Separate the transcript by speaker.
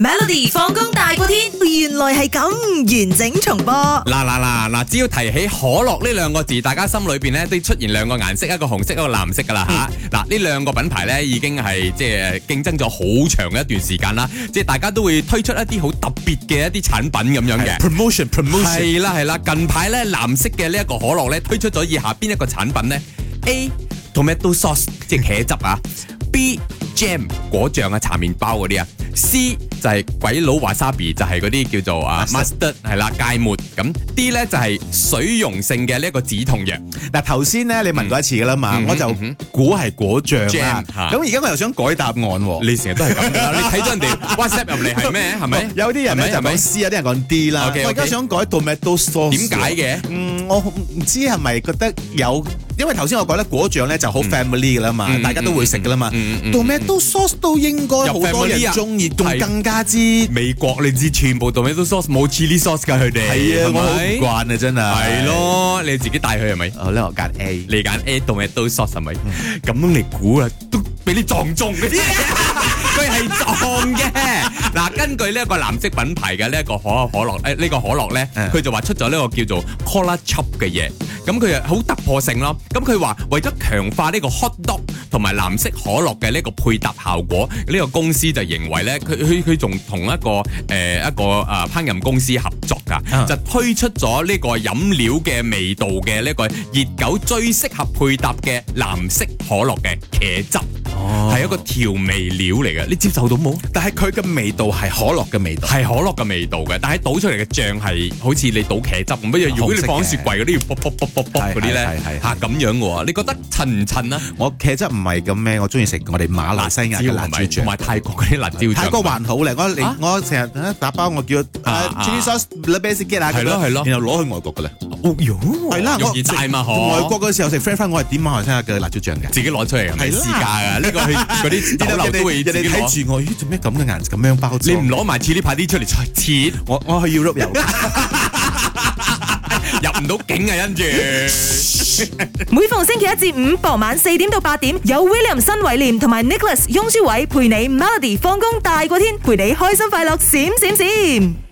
Speaker 1: Melody 放工大過天，原來係咁完整重播。
Speaker 2: 嗱嗱嗱嗱！只要提起可樂呢兩個字，大家心裏邊咧都出現兩個顏色，一個紅色，一個藍色噶啦吓。嗱、呢兩個品牌咧已經係即係競爭咗好長嘅一段時間啦，即係大家都會推出一啲好特別嘅一啲產品咁樣嘅。
Speaker 3: promotion promotion
Speaker 2: 係啦係啦，近排咧藍色嘅呢一個可樂咧推出咗以下邊一個產品呢 a tomato sauce 即係茄汁啊，B jam 果醬啊搽麵包嗰啲啊，C 就係鬼佬 wasabi 就係嗰啲叫做啊 mustard 係啦芥末咁，D 咧就係水溶性嘅呢一個止痛藥。
Speaker 3: 嗱，頭先咧你問過一次噶啦嘛，
Speaker 2: 嗯
Speaker 3: 我就
Speaker 2: 嗯
Speaker 3: 估係果醬啦
Speaker 2: Jam，嚇
Speaker 3: 咁而家我又想改答案喎。
Speaker 2: 你成日都係咁㗎 啦，你睇咗人哋 WhatsApp 入嚟係咩係咪？
Speaker 3: 有啲人咧就
Speaker 2: 係咪
Speaker 3: 講 C，有啲人講 D 啦。
Speaker 2: OK，OK
Speaker 3: 我而家想改 tomato sauce。
Speaker 2: 點解？嘅？
Speaker 3: 嗯，我唔知係咪覺得有，因為頭先我覺得果醬咧就好 family 噶啦嘛
Speaker 2: 嗯，
Speaker 3: 大家都會食噶啦嘛。
Speaker 2: 嗯嗯嗯嗯
Speaker 3: tomato sauce 都應該好
Speaker 2: 有
Speaker 3: 多
Speaker 2: family 啊
Speaker 3: 人中意，仲
Speaker 2: 係
Speaker 3: 更加之
Speaker 2: 美國你知全部 tomato sauce 冇 chili sauce 㗎，佢哋
Speaker 3: 係啊，我好
Speaker 2: 咪
Speaker 3: 唔慣啊，真係。
Speaker 2: 係。咯，你自己帶佢係咪？
Speaker 3: 好咧，我揀 A。
Speaker 2: 你揀 A 到嘅都 short 係咪？咁你估啊，都俾你撞中嘅。 佢係撞嘅。嗱，根據呢一個藍色品牌嘅呢一個可口可樂，誒、呢個可樂咧，
Speaker 3: 嗯
Speaker 2: 佢就話出咗呢個叫做 Cola Chop 嘅嘢。咁佢又好突破性咯。咁佢話為咗強化呢個 hot dog 同埋藍色可樂嘅呢個配搭效果，呢、個公司就認為咧，佢佢佢仲同一個誒、呃一個啊烹飪公司合作㗎，
Speaker 3: 啊
Speaker 2: 就推出咗呢個飲料嘅味道嘅呢個熱狗最適合配搭嘅藍色可樂嘅茄汁。
Speaker 3: 哦
Speaker 2: 係一個調味料嚟嘅，你接受到冇？
Speaker 3: 但係佢嘅味道係可樂嘅味道。
Speaker 2: 係可樂嘅味道嘅，但係倒出嚟嘅醬係好似你倒茄汁咁，不如如果你放喺雪櫃嗰啲要卜卜卜卜卜嗰啲
Speaker 3: 係
Speaker 2: 咧
Speaker 3: 係，係
Speaker 2: 嚇咁樣嘅喎，你覺得襯唔襯啊？
Speaker 3: 我茄汁唔係咁咩，我中意食我哋馬來西亞嘅辣椒
Speaker 2: 椒同
Speaker 3: 醬。
Speaker 2: 埋泰國嗰啲辣椒醬，
Speaker 3: 泰國還好咧，我
Speaker 2: 啊
Speaker 3: 嚟我成日啊打包我叫誒
Speaker 2: 啊啊
Speaker 3: chili sauce b l a b a s i c 啊，
Speaker 2: 係咯係咯
Speaker 3: 然後攞去外國嘅咧。
Speaker 2: 哦喲
Speaker 3: 係啦，
Speaker 2: 容
Speaker 3: 我
Speaker 2: 易
Speaker 3: 食
Speaker 2: 帶嘛嗬，
Speaker 3: 外國嗰時候食 friend 翻，我係點馬來西亞嘅辣椒醬嘅。
Speaker 2: 自己攞出嚟係咪
Speaker 3: 係啦
Speaker 2: 私家㗎？呢個 佢嗰啲酒
Speaker 3: 然後
Speaker 2: 樓
Speaker 3: 人
Speaker 2: 都會
Speaker 3: 哋
Speaker 2: 自
Speaker 3: 人
Speaker 2: 己
Speaker 3: 哋
Speaker 2: 攞。
Speaker 3: 睇住我，咦做咩咁嘅顏色咁樣包
Speaker 2: 你唔
Speaker 3: 裝？
Speaker 2: 攞埋切呢排啲出嚟，切
Speaker 3: 我我去 Europe 遊。
Speaker 2: 入唔到境啊！跟 住。
Speaker 1: 每逢星期一至五傍晚四點到八點，有 William 新偉廉同埋 Nicholas 雍舒偉陪你 Melody 放工大過天，陪你開心快樂閃閃閃。